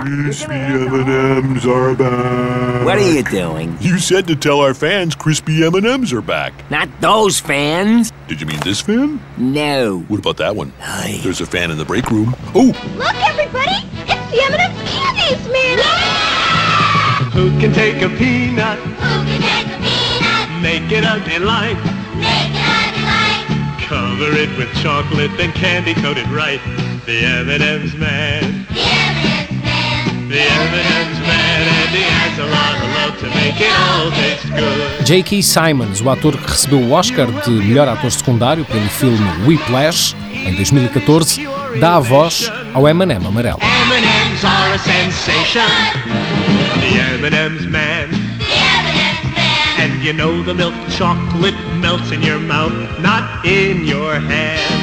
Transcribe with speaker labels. Speaker 1: Crispy M&Ms are back.
Speaker 2: What are you doing?
Speaker 1: You said to tell our fans crispy M&Ms are back.
Speaker 2: Not those fans.
Speaker 1: Did you mean this fan?
Speaker 2: No.
Speaker 1: What about that one?
Speaker 2: Hi.
Speaker 1: There's a fan in the break room. Oh,
Speaker 3: Look, everybody! It's the M&M's Candies Man!
Speaker 4: Who can take a peanut,
Speaker 3: Who can take a peanut,
Speaker 4: make it a delight,
Speaker 3: make it out of life?
Speaker 4: cover it with chocolate, then candy coat it right? The M&M's man,
Speaker 3: The M&M's Man!
Speaker 4: the M&M's man, and he has a lot of love to make it all taste good.
Speaker 5: J.K. Simons, o ator que recebeu o Oscar de melhor ator secundário pelo filme Whiplash, em 2014, dá a voz ao M&M amarelo.
Speaker 4: M&M's are a sensation. The M&M's man,
Speaker 3: The M&M's Man!
Speaker 4: and you know the milk chocolate melts in your mouth, not in your hand.